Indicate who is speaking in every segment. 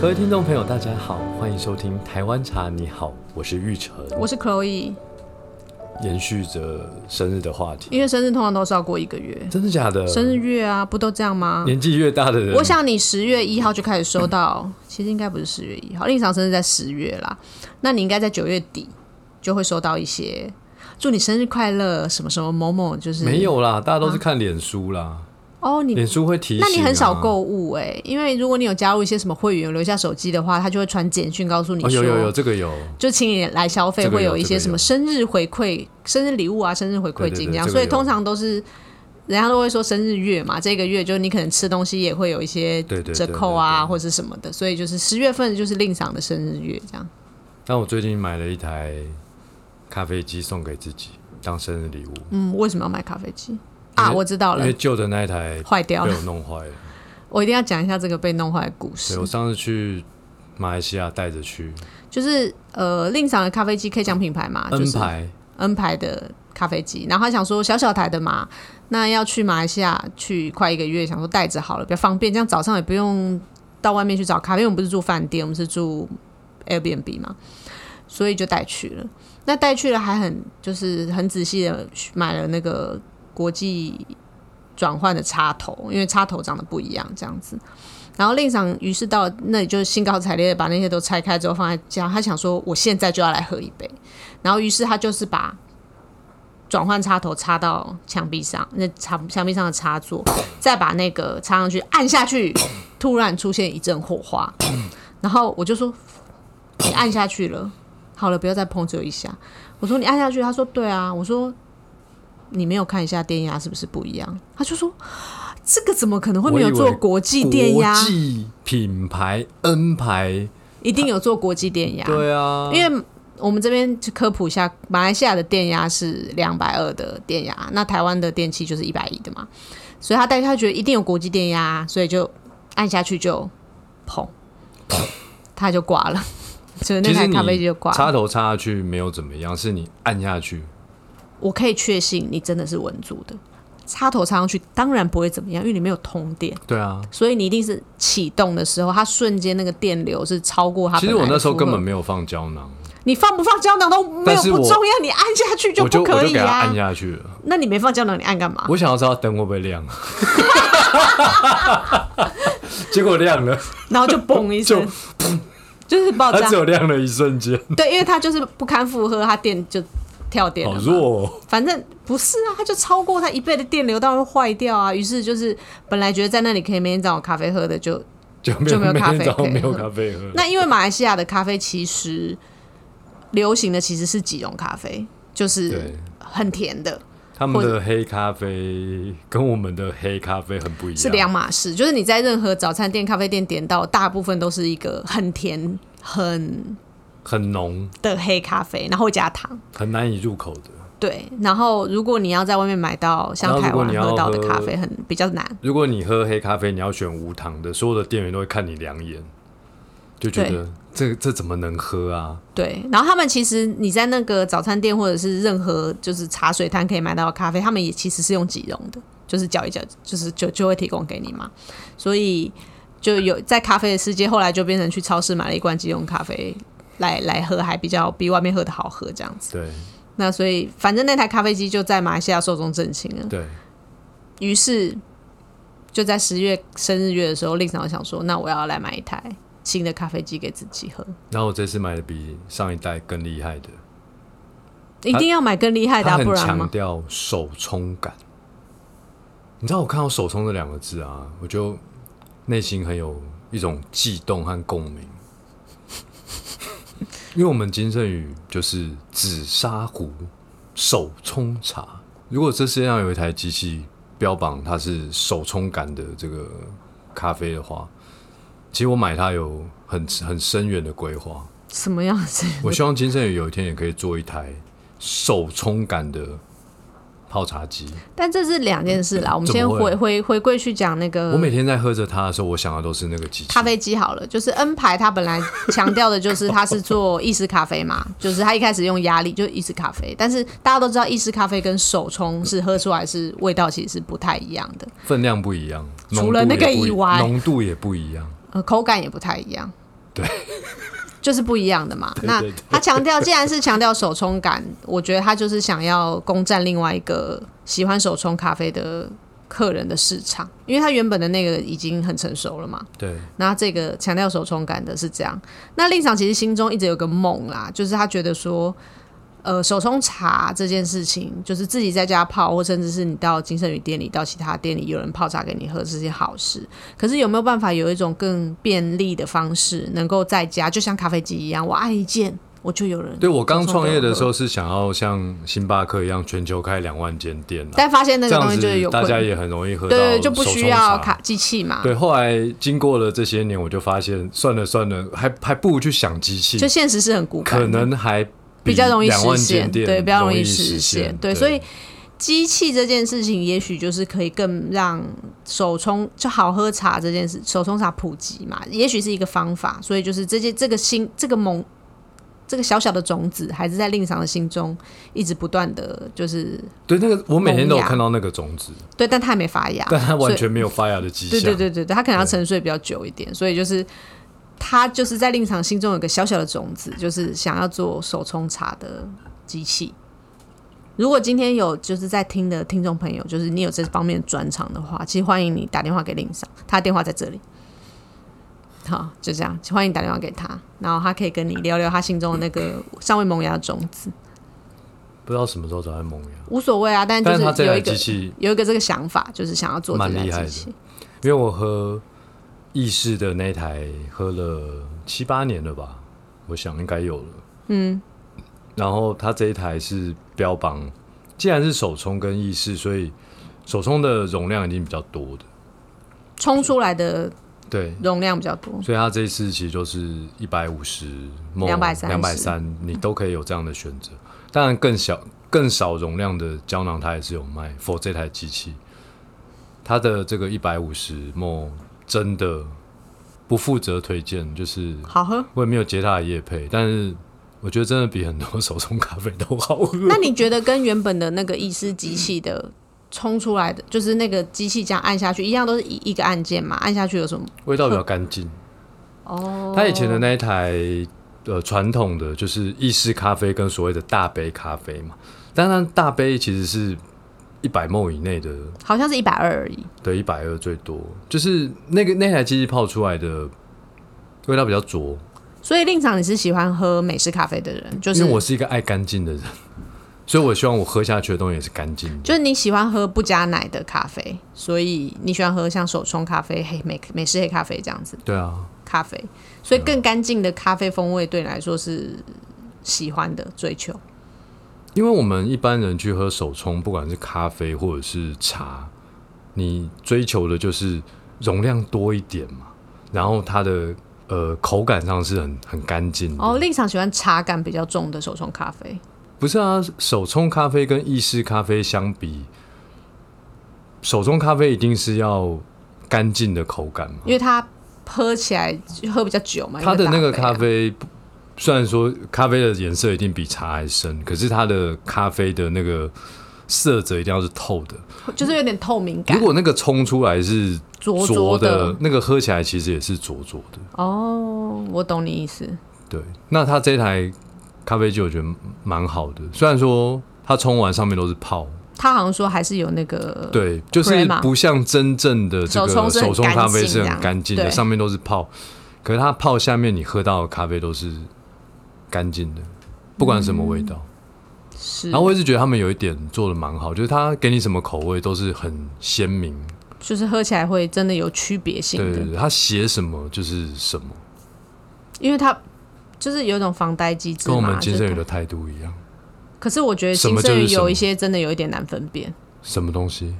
Speaker 1: 各位听众朋友，大家好，欢迎收听《台湾茶你好》，我是玉成。
Speaker 2: 我是 Chloe，
Speaker 1: 延续着生日的话题，
Speaker 2: 因为生日通常都是要过一个月，
Speaker 1: 真的假的？
Speaker 2: 嗯生日月啊，不都这样吗？
Speaker 1: 年纪越大的人，
Speaker 2: 我想你十月一号就开始收到，其实应该不是十月一号，另一场生日在十月啦，那你应该在九月底就会收到一些祝你生日快乐什么什么某某，就是
Speaker 1: 没有啦，大家都是看脸书啦，
Speaker 2: 哦，你
Speaker 1: 脸书会提醒、啊
Speaker 2: 那你很少。购物哎、因为如果你有加入一些什么会员，留下手机的话，他就会传简讯告诉你
Speaker 1: 哦，
Speaker 2: 说，
Speaker 1: 有有有，这个有，
Speaker 2: 就请你来消费，
Speaker 1: 这个
Speaker 2: 会
Speaker 1: 有
Speaker 2: 有一些什么生日回馈、生日礼物啊、生日回馈金这样，
Speaker 1: 对对对这个有
Speaker 2: 所以通常都是人家都会说生日月嘛，这个月就你可能吃东西也会有一些
Speaker 1: 对对对
Speaker 2: 折扣啊
Speaker 1: 对对
Speaker 2: 或者什么的，所以就是十月份就是令赏的生日月这样。
Speaker 1: 但我最近买了一台咖啡机送给自己当生日礼物，
Speaker 2: 嗯，为什么要买咖啡机
Speaker 1: 因
Speaker 2: 啊？
Speaker 1: 为
Speaker 2: 我知道
Speaker 1: 因
Speaker 2: 了
Speaker 1: 为，旧的那一台
Speaker 2: 坏掉
Speaker 1: 被
Speaker 2: 了，
Speaker 1: 我弄坏了。
Speaker 2: 我一定要讲一下这个被弄坏的故事
Speaker 1: 对，我。上次去马来西亚带着去
Speaker 2: 就是呃，令赏的咖啡机可以讲品牌嘛，啊就
Speaker 1: N
Speaker 2: 是
Speaker 1: 牌，
Speaker 2: N 牌的咖啡机，然后他想说小小台的嘛，那要去马来西亚去快一个月，想说带着好了，比较方便，这样早上也不用到外面去找咖啡，因为我们不是住饭店，我们是住 Airbnb 嘛，所以就带去了。那带去了还很就是很仔细的买了那个国际转换的插头，因为插头长得不一样，这样子。然后令赏于是到那里就兴高采烈的把那些都拆开之后放在家，他想说我现在就要来喝一杯，然后于是他就是把转换插头插到墙壁上，那墙墙壁上的插座，再把那个插上去，按下去，突然出现一阵火花，然后我就说你按下去了，好了，不要再碰，只有一下。我说你按下去，他说对啊，我说你没有看一下电压是不是不一样？他就说这个怎么可能会没有
Speaker 1: 我以为
Speaker 2: 做国际电压？
Speaker 1: 国际品牌 N 牌，
Speaker 2: 一定有做国际电压，
Speaker 1: 对啊，
Speaker 2: 因为我们这边去科普一下，马来西亚的电压是两百二的电压，那台湾的电器就是一百一的嘛，所以他带他觉得一定有国际电压，所以就按下去就砰，他就挂了， 所以那
Speaker 1: 其实
Speaker 2: 台
Speaker 1: 你
Speaker 2: 咖啡机就挂
Speaker 1: 插
Speaker 2: 了。
Speaker 1: 头插下去没有怎么样，是你按下去，
Speaker 2: 我可以确信你真的是稳住的，插头插上去当然不会怎么样，因为你没有通电，
Speaker 1: 对啊。
Speaker 2: 所以你一定是启动的时候，它瞬间那个电流是超过它
Speaker 1: 其
Speaker 2: 啊本
Speaker 1: 实
Speaker 2: 来的负荷。
Speaker 1: 我那时候根本没有放胶囊，
Speaker 2: 你放不放胶囊都没
Speaker 1: 但
Speaker 2: 有
Speaker 1: 是
Speaker 2: 不
Speaker 1: 我
Speaker 2: 重要，你按下去
Speaker 1: 我就
Speaker 2: 不
Speaker 1: 我
Speaker 2: 可
Speaker 1: 就
Speaker 2: 以
Speaker 1: 给它
Speaker 2: 啊
Speaker 1: 按。下去了。
Speaker 2: 那你没放胶囊，你按干嘛？
Speaker 1: 我想要知道灯会不会亮， 结果亮了，
Speaker 2: 然后就嘣一 声，就是爆
Speaker 1: 它
Speaker 2: 炸
Speaker 1: 只。有亮了一瞬间，
Speaker 2: 对，因为它就是不堪负荷，它电就跳电了
Speaker 1: 好
Speaker 2: 嘛。
Speaker 1: 弱、哦。
Speaker 2: 反正不是啊，它就超过它一倍的电流，当然会坏掉啊。于是就是本来觉得在那里可以每天早上有咖啡喝的就，
Speaker 1: 就没
Speaker 2: 就
Speaker 1: 有
Speaker 2: 没有
Speaker 1: 每
Speaker 2: 咖啡
Speaker 1: 天早
Speaker 2: 可
Speaker 1: 上
Speaker 2: 以
Speaker 1: 没有
Speaker 2: 喝
Speaker 1: 咖啡喝。
Speaker 2: 那因为马来西亚的咖啡其实流行的其实是即溶咖啡，就是
Speaker 1: 对，
Speaker 2: 很甜的。
Speaker 1: 他们
Speaker 2: 或
Speaker 1: 的黑咖啡跟我们的黑咖啡很不一样，
Speaker 2: 是两码事，就是你在任何早餐店、咖啡店点到，大部分都是一个很甜、很
Speaker 1: 很浓，
Speaker 2: 的黑咖啡，然后加糖。
Speaker 1: 很难以入口的。
Speaker 2: 对，然后如果你要在外面买到像台湾
Speaker 1: 然后如果
Speaker 2: 喝到
Speaker 1: 你要
Speaker 2: 的
Speaker 1: 喝
Speaker 2: 咖啡，很比较难。
Speaker 1: 如果你喝黑咖啡，你要选无糖的，所有的店员都会看你两眼，就觉得这这怎么能喝啊？
Speaker 2: 对，然后他们其实你在那个早餐店或者是任何就是茶水摊可以买到的咖啡，他们也其实是用即溶的，就是搅一搅，就是就就会提供给你嘛。所以就有在咖啡的世界，后来就变成去超市买了一罐即溶咖啡来来喝，还比较比外面喝的好喝这样子。
Speaker 1: 对
Speaker 2: 那所以反正那台咖啡机就在马来西亚寿终正寝了。
Speaker 1: 对，
Speaker 2: 于是就在十月生日月的时候，令长想说，那我要来买一台新的咖啡机给自己喝，
Speaker 1: 然后我这次买的比上一代更厉害的，
Speaker 2: 一定要买更厉害的、
Speaker 1: 它
Speaker 2: 啊，不
Speaker 1: 很
Speaker 2: 然
Speaker 1: 强
Speaker 2: 吗？
Speaker 1: 调手冲感。你知道我看到“手冲”这两个字啊，我就内心很有一种悸动和共鸣， 因为我们金圣宇就是紫砂壶手冲茶。如果这世界上有一台机器标榜它是手冲感的这个咖啡的话，其实我买它有很很深远的规划。
Speaker 2: 什么样 子？
Speaker 1: 我希望金圣宇有一天也可以做一台手冲感的泡茶机。
Speaker 2: 但这是两件事啦。我们
Speaker 1: 怎
Speaker 2: 先
Speaker 1: 么会
Speaker 2: 回回回归去讲那
Speaker 1: 我
Speaker 2: 个
Speaker 1: 每天在喝着它的时候，我想的都是那个机器。
Speaker 2: 嗯咖啡机好了，就是 N 牌，它本来强调的就是它是做意式咖啡嘛， 就是它一开始用压力就意式咖啡，但是大家都知道意式咖啡跟手冲是喝出来是味道其实是不太一样的，
Speaker 1: 分量不一样，
Speaker 2: 除了
Speaker 1: 浓度
Speaker 2: 那个
Speaker 1: 也不一
Speaker 2: 以外
Speaker 1: 浓度也不一样。
Speaker 2: 呃，口感也不太一样。
Speaker 1: 对，
Speaker 2: 就是不一样的嘛。
Speaker 1: 对对对
Speaker 2: 那他强调，既然是强调手冲感，我觉得他就是想要攻占另外一个喜欢手冲咖啡的客人的市场，因为他原本的那个已经很成熟了嘛。
Speaker 1: 对，
Speaker 2: 那这个强调手冲感的是这样。那令赏其实心中一直有个梦啦，就是他觉得说，呃，手冲茶这件事情，就是自己在家泡，或甚至是你到金盛宇店里、到其他店里有人泡茶给你喝，这些好事。可是有没有办法有一种更便利的方式，能够在家，就像咖啡机一样，我按一键我就有人。
Speaker 1: 对我刚创业的时候是想要像星巴克一样全球开两万间店啊，
Speaker 2: 但发现那
Speaker 1: 这
Speaker 2: 个
Speaker 1: 样
Speaker 2: 东西就是
Speaker 1: 子
Speaker 2: 有
Speaker 1: 大
Speaker 2: 困
Speaker 1: 家
Speaker 2: 难，
Speaker 1: 也很容易喝到
Speaker 2: 对，就不
Speaker 1: 手
Speaker 2: 需
Speaker 1: 冲
Speaker 2: 要
Speaker 1: 茶
Speaker 2: 卡机器嘛。
Speaker 1: 对，后来经过了这些年，我就发现，算了算了，还还不如去想机器
Speaker 2: 就，现实是很骨感的，
Speaker 1: 可能还比
Speaker 2: 比较容易
Speaker 1: 两
Speaker 2: 实
Speaker 1: 万间
Speaker 2: 现，
Speaker 1: 店
Speaker 2: 对，比较
Speaker 1: 容
Speaker 2: 易
Speaker 1: 实
Speaker 2: 现，
Speaker 1: 对，
Speaker 2: 对，所以机器这件事情，也许就是可以更让手冲就好喝茶这件事，手冲茶普及嘛，也许是一个方法，所以就是这些这个心这个萌。这个小小的种子还是在令赏的心中一直不断的，就是
Speaker 1: 对那个我每天都有
Speaker 2: 萌芽
Speaker 1: 看到那个种子，
Speaker 2: 对，但它还没发芽，
Speaker 1: 但它
Speaker 2: 所以
Speaker 1: 完全没有发芽的迹
Speaker 2: 对
Speaker 1: 象。
Speaker 2: 对对对对，他可能要沉睡比较久一点，所以就是他就是在令场心中有个小小的种子，就是想要做手冲茶的机器。如果今天有就是在听的听众朋友，就是你有这方面专长的话，其实欢迎你打电话给令赏，他的电话在这里。好，就这样，欢迎打电话给他，然后他可以跟你聊聊他心中的那个尚未萌芽的种子，
Speaker 1: 不知道什么时候才会萌芽。
Speaker 2: 无所谓啊。但就
Speaker 1: 但是它这
Speaker 2: 是有
Speaker 1: 台
Speaker 2: 一个
Speaker 1: 机器，
Speaker 2: 有一个这个想法，就是想要做这
Speaker 1: 蛮厉害
Speaker 2: 台
Speaker 1: 的
Speaker 2: 机器。
Speaker 1: 因为我喝意式的那一台喝了七八年了吧，我想应该有了。
Speaker 2: 嗯，
Speaker 1: 然后它这一台是标榜，既然是手冲跟意式，所以手冲的容量已经比较多的，
Speaker 2: 冲出来的
Speaker 1: 对，
Speaker 2: 容量比较多。
Speaker 1: 所以它这一次其实就是一百五十、
Speaker 2: 230
Speaker 1: 嗯两百三，你都可以有这样的选择。当然，更小、更少容量的胶囊它也是有卖，for 这台机器，它的这个一百五十 m 真的不负责推荐，就是
Speaker 2: 好喝。
Speaker 1: 我也没有接它的业配，但是我觉得真的比很多手冲咖啡都好喝。
Speaker 2: 那你觉得跟原本的那个意式机器的冲出来的，就是那个机器这样按下去，一样都是一一个按键嘛？按下去有什么？
Speaker 1: 味道比较干净。
Speaker 2: 哦，
Speaker 1: 它以前的那一台呃传统的就是意式咖啡跟所谓的大杯咖啡嘛，当然大杯其实是一百梦以内的，
Speaker 2: 好像是一百二而已，
Speaker 1: 对一百二最多，就是那个那台机器泡出来的味道比较浊，
Speaker 2: 所以令场你是喜欢喝美式咖啡的人，就是
Speaker 1: 因为我是一个爱干净的人，所以我希望我喝下去的东西也是干净的。
Speaker 2: 就是你喜欢喝不加奶的咖啡，所以你喜欢喝像手冲咖啡、黑美美式黑咖啡这样子
Speaker 1: 对啊，
Speaker 2: 咖啡，所以更干净的咖啡风味对你来说是喜欢的追求。
Speaker 1: 因为我们一般人去喝手冲，不管是咖啡或者是茶，你追求的就是容量多一点嘛，然后它的呃口感上是很很干净的。
Speaker 2: 哦，令场喜欢茶感比较重的手冲咖啡，
Speaker 1: 不是啊，手冲咖啡跟意式咖啡相比，手冲咖啡一定是要干净的口感嘛。
Speaker 2: 因为它喝起来就喝比较久嘛。
Speaker 1: 它的那个
Speaker 2: 一大杯啊
Speaker 1: 咖啡，虽然说咖啡的颜色一定比茶还深，可是它的咖啡的那个色泽一定要是透的。
Speaker 2: 啊就是有点透明感
Speaker 1: 如，果那个冲出来是
Speaker 2: 灼
Speaker 1: 浊
Speaker 2: 的。
Speaker 1: 那个喝起来其实也是浊浊的。
Speaker 2: 哦，我懂你意思。
Speaker 1: 对，那它这台咖啡机我觉得蛮好的，虽然说它冲完上面都是泡，
Speaker 2: 他好像说还是有那个，
Speaker 1: 对，就是
Speaker 2: Crema
Speaker 1: 不像真正的这个
Speaker 2: 手冲是很
Speaker 1: 手冲咖啡是
Speaker 2: 干净这
Speaker 1: 很
Speaker 2: 样
Speaker 1: 干净的，
Speaker 2: 对
Speaker 1: 上面都是泡，可是它泡下面你喝到的咖啡都是干净的，不管什么味道。
Speaker 2: 嗯是，
Speaker 1: 然后我一直觉得他们有一点做的蛮好，就是它给你什么口味都是很鲜明，
Speaker 2: 就是喝起来会真的有区别性
Speaker 1: 对对
Speaker 2: 的，
Speaker 1: 对，它写什么就是什么，
Speaker 2: 因为它就是有一种防呆机制
Speaker 1: 跟我们
Speaker 2: 嘛。
Speaker 1: 金
Speaker 2: 就
Speaker 1: 圣
Speaker 2: 是
Speaker 1: 宇
Speaker 2: 它
Speaker 1: 的态度一样。
Speaker 2: 可是我觉得
Speaker 1: 什
Speaker 2: 金
Speaker 1: 么
Speaker 2: 圣
Speaker 1: 就
Speaker 2: 宇
Speaker 1: 是什么
Speaker 2: 有一些真的有一点难分辨。
Speaker 1: 什么东西？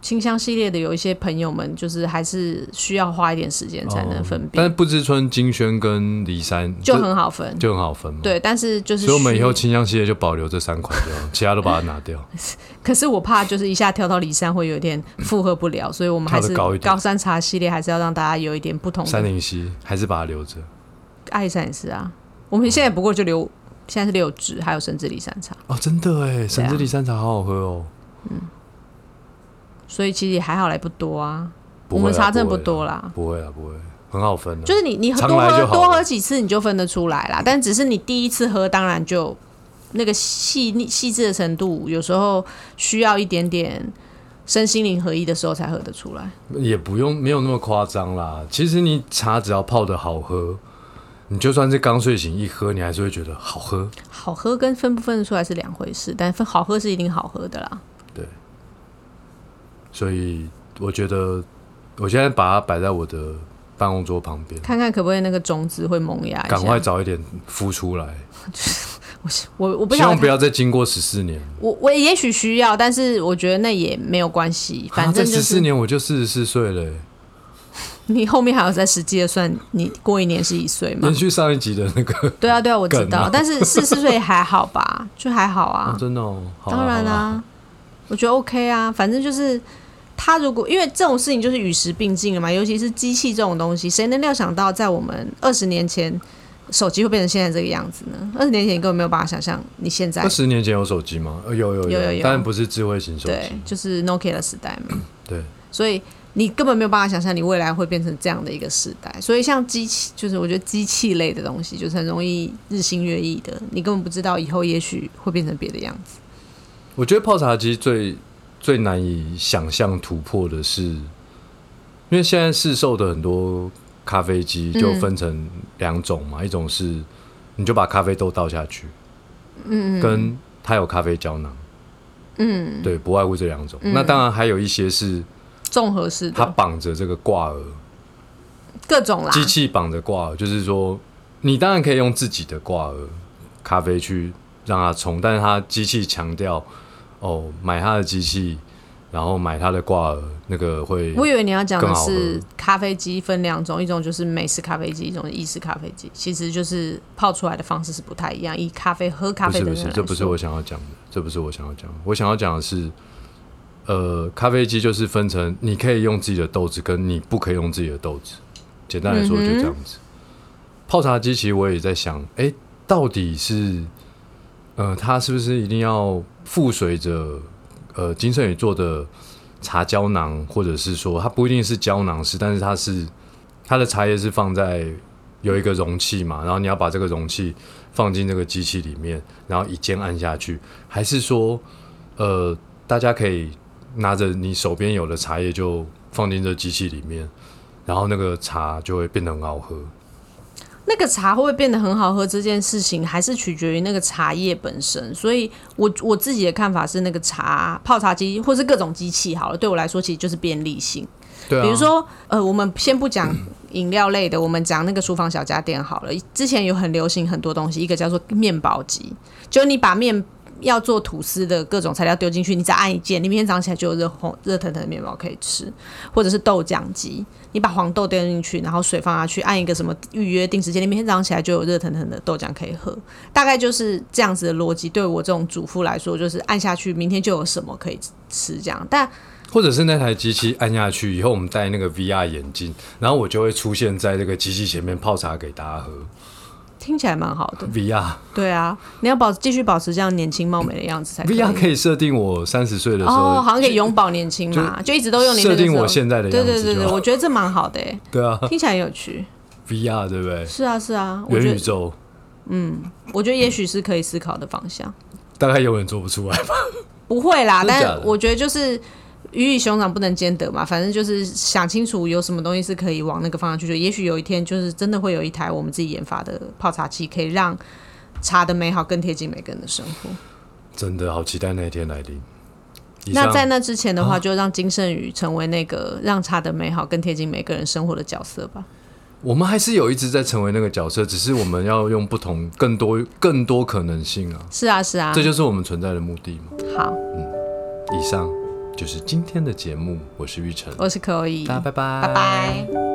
Speaker 2: 清香系列的有一些朋友们，就是还是需要花一点时间才能分
Speaker 1: 哦但
Speaker 2: 辨，
Speaker 1: 是不知春、金萱跟骊山
Speaker 2: 就很好分。
Speaker 1: 就很好分嘛。，
Speaker 2: 对，但是就是
Speaker 1: 所以我们以后
Speaker 2: 需，
Speaker 1: 清香系列就保留这三款就好， 其他都把它拿掉。
Speaker 2: 嗯可是我怕就是一下跳到离山会有点负荷不了，所以我们还
Speaker 1: 跳
Speaker 2: 是
Speaker 1: 得高一点
Speaker 2: 高山茶系列还是要让大家有一点不同的
Speaker 1: 三零七还是把它留着。
Speaker 2: 爱山也是啊，我们现在不过就留现在是六支，还有生之里山茶，
Speaker 1: 哦，真的
Speaker 2: 啊
Speaker 1: 哎，神之骊山茶好好喝哦。
Speaker 2: 所以其实也还好，来不多啊。
Speaker 1: 不
Speaker 2: 我
Speaker 1: 会啦
Speaker 2: 们茶真的不
Speaker 1: 不会啦啊
Speaker 2: 多啦，
Speaker 1: 不会啊，不会。很好分、啊，
Speaker 2: 就是你你
Speaker 1: 常
Speaker 2: 多
Speaker 1: 来
Speaker 2: 喝
Speaker 1: 就好
Speaker 2: 多
Speaker 1: 了
Speaker 2: 喝几次你就分得出来啦，但只是你第一次喝，当然就那个细腻细致的程度，有时候需要一点点身心灵合一的时候才喝得出来。
Speaker 1: 也不用没有那么夸张啦。其实你茶只要泡的好喝，你就算是刚睡醒一喝，你还是会觉得好喝。
Speaker 2: 好喝跟分不分得出来是两回事，但分好喝是一定好喝的啦。
Speaker 1: 所以我觉得，我现在把它摆在我的办公桌旁边，
Speaker 2: 看看可不可以那个种子会萌芽一
Speaker 1: 赶快
Speaker 2: 下。
Speaker 1: 早一点孵出来。
Speaker 2: 我我不
Speaker 1: 希
Speaker 2: 想
Speaker 1: 望不要再经过十四年。
Speaker 2: 我我也许需要，但是我觉得那也没有关系，反正
Speaker 1: 在
Speaker 2: 就
Speaker 1: 啊十四
Speaker 2: 是
Speaker 1: 年我就四十四岁了、欸，
Speaker 2: 你后面还有在实际的算，你过一年是一岁嘛
Speaker 1: 延？续上一集的那个，
Speaker 2: 对啊，对啊，我知
Speaker 1: 梗
Speaker 2: 道
Speaker 1: 啊，
Speaker 2: 但是四十岁还好吧，就还好
Speaker 1: 啊
Speaker 2: 啊，
Speaker 1: 真的哦，好
Speaker 2: 当然
Speaker 1: 啦，好啦
Speaker 2: 啊，我觉得 OK 啊，反正就是他如果因为这种事情就是与时并进了嘛，尤其是机器这种东西，谁能料想到在我们二十年前手机会变成现在这个样子呢？二十年前你根本没有办法想象你现在
Speaker 1: 那十年前有手机吗？呃有有
Speaker 2: 有有有
Speaker 1: 但不是智慧型手
Speaker 2: 对
Speaker 1: 机。，
Speaker 2: 就是 Nokia 的时代嘛，
Speaker 1: 对，
Speaker 2: 所以你根本没有办法想象你未来会变成这样的一个时代。所以像机器，就是我觉得机器类的东西，就是很容易日新月异的，你根本不知道以后也许会变成别的样子。
Speaker 1: 我觉得泡茶机最最难以想象突破的是，因为现在市售的很多咖啡机就分成两种嘛，一种是你就把咖啡豆倒下去，嗯，跟它有咖啡胶囊，嗯，对，不外乎这两种。那当然还有一些是
Speaker 2: 综合式
Speaker 1: 它
Speaker 2: 的
Speaker 1: 绑着这个挂耳，
Speaker 2: 各种啦，
Speaker 1: 机器绑着挂耳，就是说你当然可以用自己的挂耳咖啡去让它冲，但是它机器强调哦，买它的机器，然后买它的挂耳，那个会
Speaker 2: 我以为你要讲的
Speaker 1: 更好喝
Speaker 2: 是咖啡机分两种，一种就是美式咖啡机，一种是意式咖啡机，其实就是泡出来的方式是不太一样。以咖啡喝咖
Speaker 1: 不
Speaker 2: 啡
Speaker 1: 是
Speaker 2: 的
Speaker 1: 不
Speaker 2: 人
Speaker 1: 是，
Speaker 2: 来
Speaker 1: 这不是
Speaker 2: 说
Speaker 1: 我想要讲的，这不是我想要讲的，我想要讲的是。呃，咖啡机就是分成你可以用自己的豆子，跟你不可以用自己的豆子。简单来说就这样子。嗯泡茶机其实我也在想，哎、到底是呃，它是不是一定要附随着呃金圣宇做的茶胶囊，或者是说它不一定是胶囊式，但是它是它的茶叶是放在有一个容器嘛，然后你要把这个容器放进这个机器里面，然后一键按下去，还是说呃大家可以拿着你手边有的茶叶就放进这机器里面，然后那个茶就会变得很好喝。
Speaker 2: 那个茶会不会变得很好喝这件事情，还是取决于那个茶叶本身。所以我我自己的看法是，那个茶泡茶机或是各种机器好了，对我来说其实就是便利性。
Speaker 1: 对啊，
Speaker 2: 比如说，呃，我们先不讲饮料类的，我们讲那个厨房小家电好了。之前有很流行很多东西，一个叫做面包机，就是你把面要做吐司的各种材料丢进去，你只要按一键，你明天早上起来就有热烘热腾腾的面包可以吃，或者是豆浆机，你把黄豆丢进去，然后水放下去，按一个什么预约定时间，你明天早上起来就有热腾腾的豆浆可以喝。大概就是这样子的逻辑。对我这种主妇来说，就是按下去，明天就有什么可以吃这样。但
Speaker 1: 或者是那台机器按下去以后，我们戴那个 VR 眼镜，然后我就会出现在这个机器前面泡茶给大家喝。
Speaker 2: 听起来蛮好的。
Speaker 1: VR
Speaker 2: 对啊，你要保继续保持这样年轻貌美的样子才可以。
Speaker 1: VR 可以设定我三十岁的时
Speaker 2: 哦，
Speaker 1: 候，
Speaker 2: 好像可以永葆年轻嘛，啊就一直都用你那
Speaker 1: 设
Speaker 2: 个时
Speaker 1: 定
Speaker 2: 候
Speaker 1: 我现在的
Speaker 2: 对
Speaker 1: 样
Speaker 2: 对对
Speaker 1: 子
Speaker 2: 对，
Speaker 1: 就好。
Speaker 2: 我觉得这蛮好的欸，
Speaker 1: 对啊
Speaker 2: 听起来很有趣。
Speaker 1: ，VR 对不对？
Speaker 2: 是啊是啊，我觉
Speaker 1: 元宇
Speaker 2: 得
Speaker 1: 宙
Speaker 2: 我觉得也许是可以思考的方向。
Speaker 1: 大概永远做不出来吧。
Speaker 2: 不会啦，
Speaker 1: 真假的
Speaker 2: 但我觉得就是鱼与熊掌不能兼得嘛，反正就是想清楚有什么东西是可以往那个方向去做。也许有一天就是真的会有一台我们自己研发的泡茶器，可以让茶的美好更贴近每个人的生活。
Speaker 1: 真的好期待那一天来临。以
Speaker 2: 那
Speaker 1: 上啊
Speaker 2: 在那之前的话，就让金圣宇成为那个 让茶的美好更贴近每个人生活的角色吧。
Speaker 1: 我们还是有一直在成为那个角色，只是我们要用不同、更多、更多可能性啊，
Speaker 2: 是啊，是啊，
Speaker 1: 这就是我们存在的目的嘛。
Speaker 2: 好。
Speaker 1: 以上就是今天的节目，我是玉成，
Speaker 2: 我是可以，
Speaker 1: 大家拜拜，
Speaker 2: 拜拜